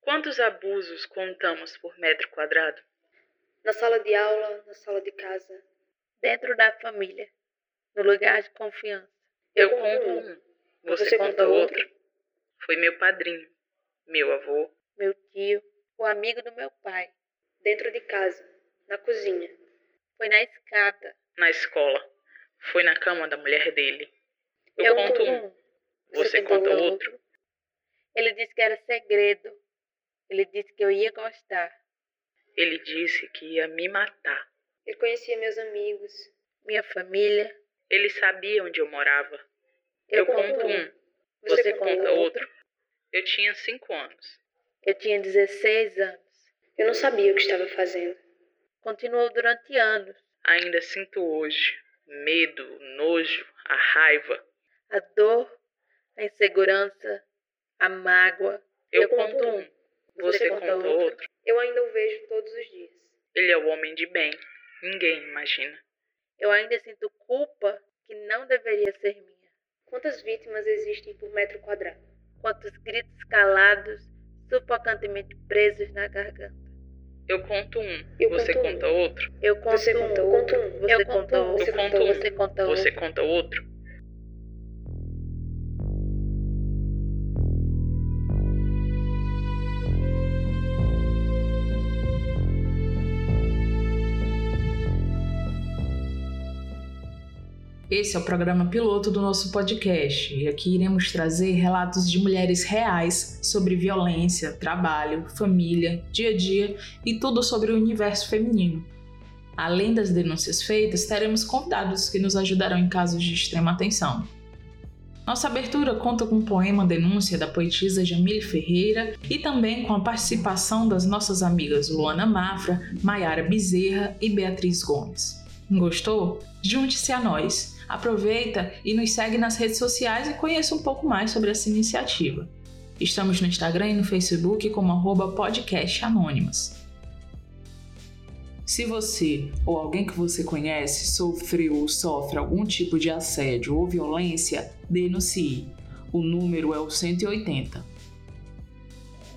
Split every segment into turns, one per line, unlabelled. Quantos abusos contamos por metro quadrado?
Na sala de aula, na sala de casa.
Dentro da família, no lugar de confiança.
Eu conto um, você, conta outro. Foi meu padrinho, meu avô,
Meu tio, o amigo do meu pai.
Dentro de casa, na cozinha.
Foi na escada.
na escola. Foi na cama da mulher dele. Eu, conto um, você conta outro.
Ele disse que era segredo. Ele disse que eu ia gostar.
Ele disse que ia me matar.
Ele conhecia meus amigos.
Minha família,
Ele sabia onde eu morava.
Eu
Eu,
conto
conto
um,
um, você, conta outro. Eu tinha cinco anos.
eu tinha 16 anos.
Eu não sabia o que estava fazendo.
Continuou durante anos.
Ainda sinto hoje medo, nojo, a raiva.
A dor, a insegurança, a mágoa.
Eu,
Eu
conto,
conto
um, você, conta, outro.
Eu ainda o vejo todos os dias.
Ele é o homem de bem. Ninguém imagina.
Eu ainda sinto culpa que não deveria ser minha.
Quantas vítimas existem por metro quadrado?
Quantos gritos calados, sufocantemente presos na garganta.
Eu conto um,
Eu
você
conto um.
conta outro.
Eu conto
Você
um,
conta outro.
você
Eu
conta
conto um.
outro,
Eu conto um.
você conta
Então,
outro.
Você conta outro.
Esse é o programa piloto do nosso podcast e aqui iremos trazer relatos de mulheres reais sobre violência, trabalho, família, dia a dia e tudo sobre o universo feminino. Além das denúncias feitas, teremos convidados que nos ajudarão em casos de extrema atenção. Nossa abertura conta com o poema Denúncia da poetisa Jamile Ferreira e também com a participação das nossas amigas Luana Mafra, Maiara Bezerra e Beatriz Gomes. Gostou? Junte-se a nós. Aproveita e nos segue nas redes sociais e conheça um pouco mais sobre essa iniciativa. Estamos no Instagram e no Facebook como arroba podcast anônimas. Se você ou alguém que você conhece sofreu ou sofre algum tipo de assédio ou violência, denuncie. O número é o 180.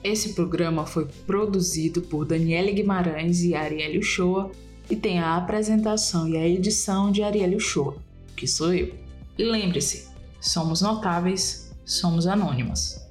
Esse programa foi produzido por Daniele Guimarães e Ariel Shoa e tem a apresentação e a edição de Ariel Show, que sou eu. E lembre-se, somos notáveis, somos anônimas.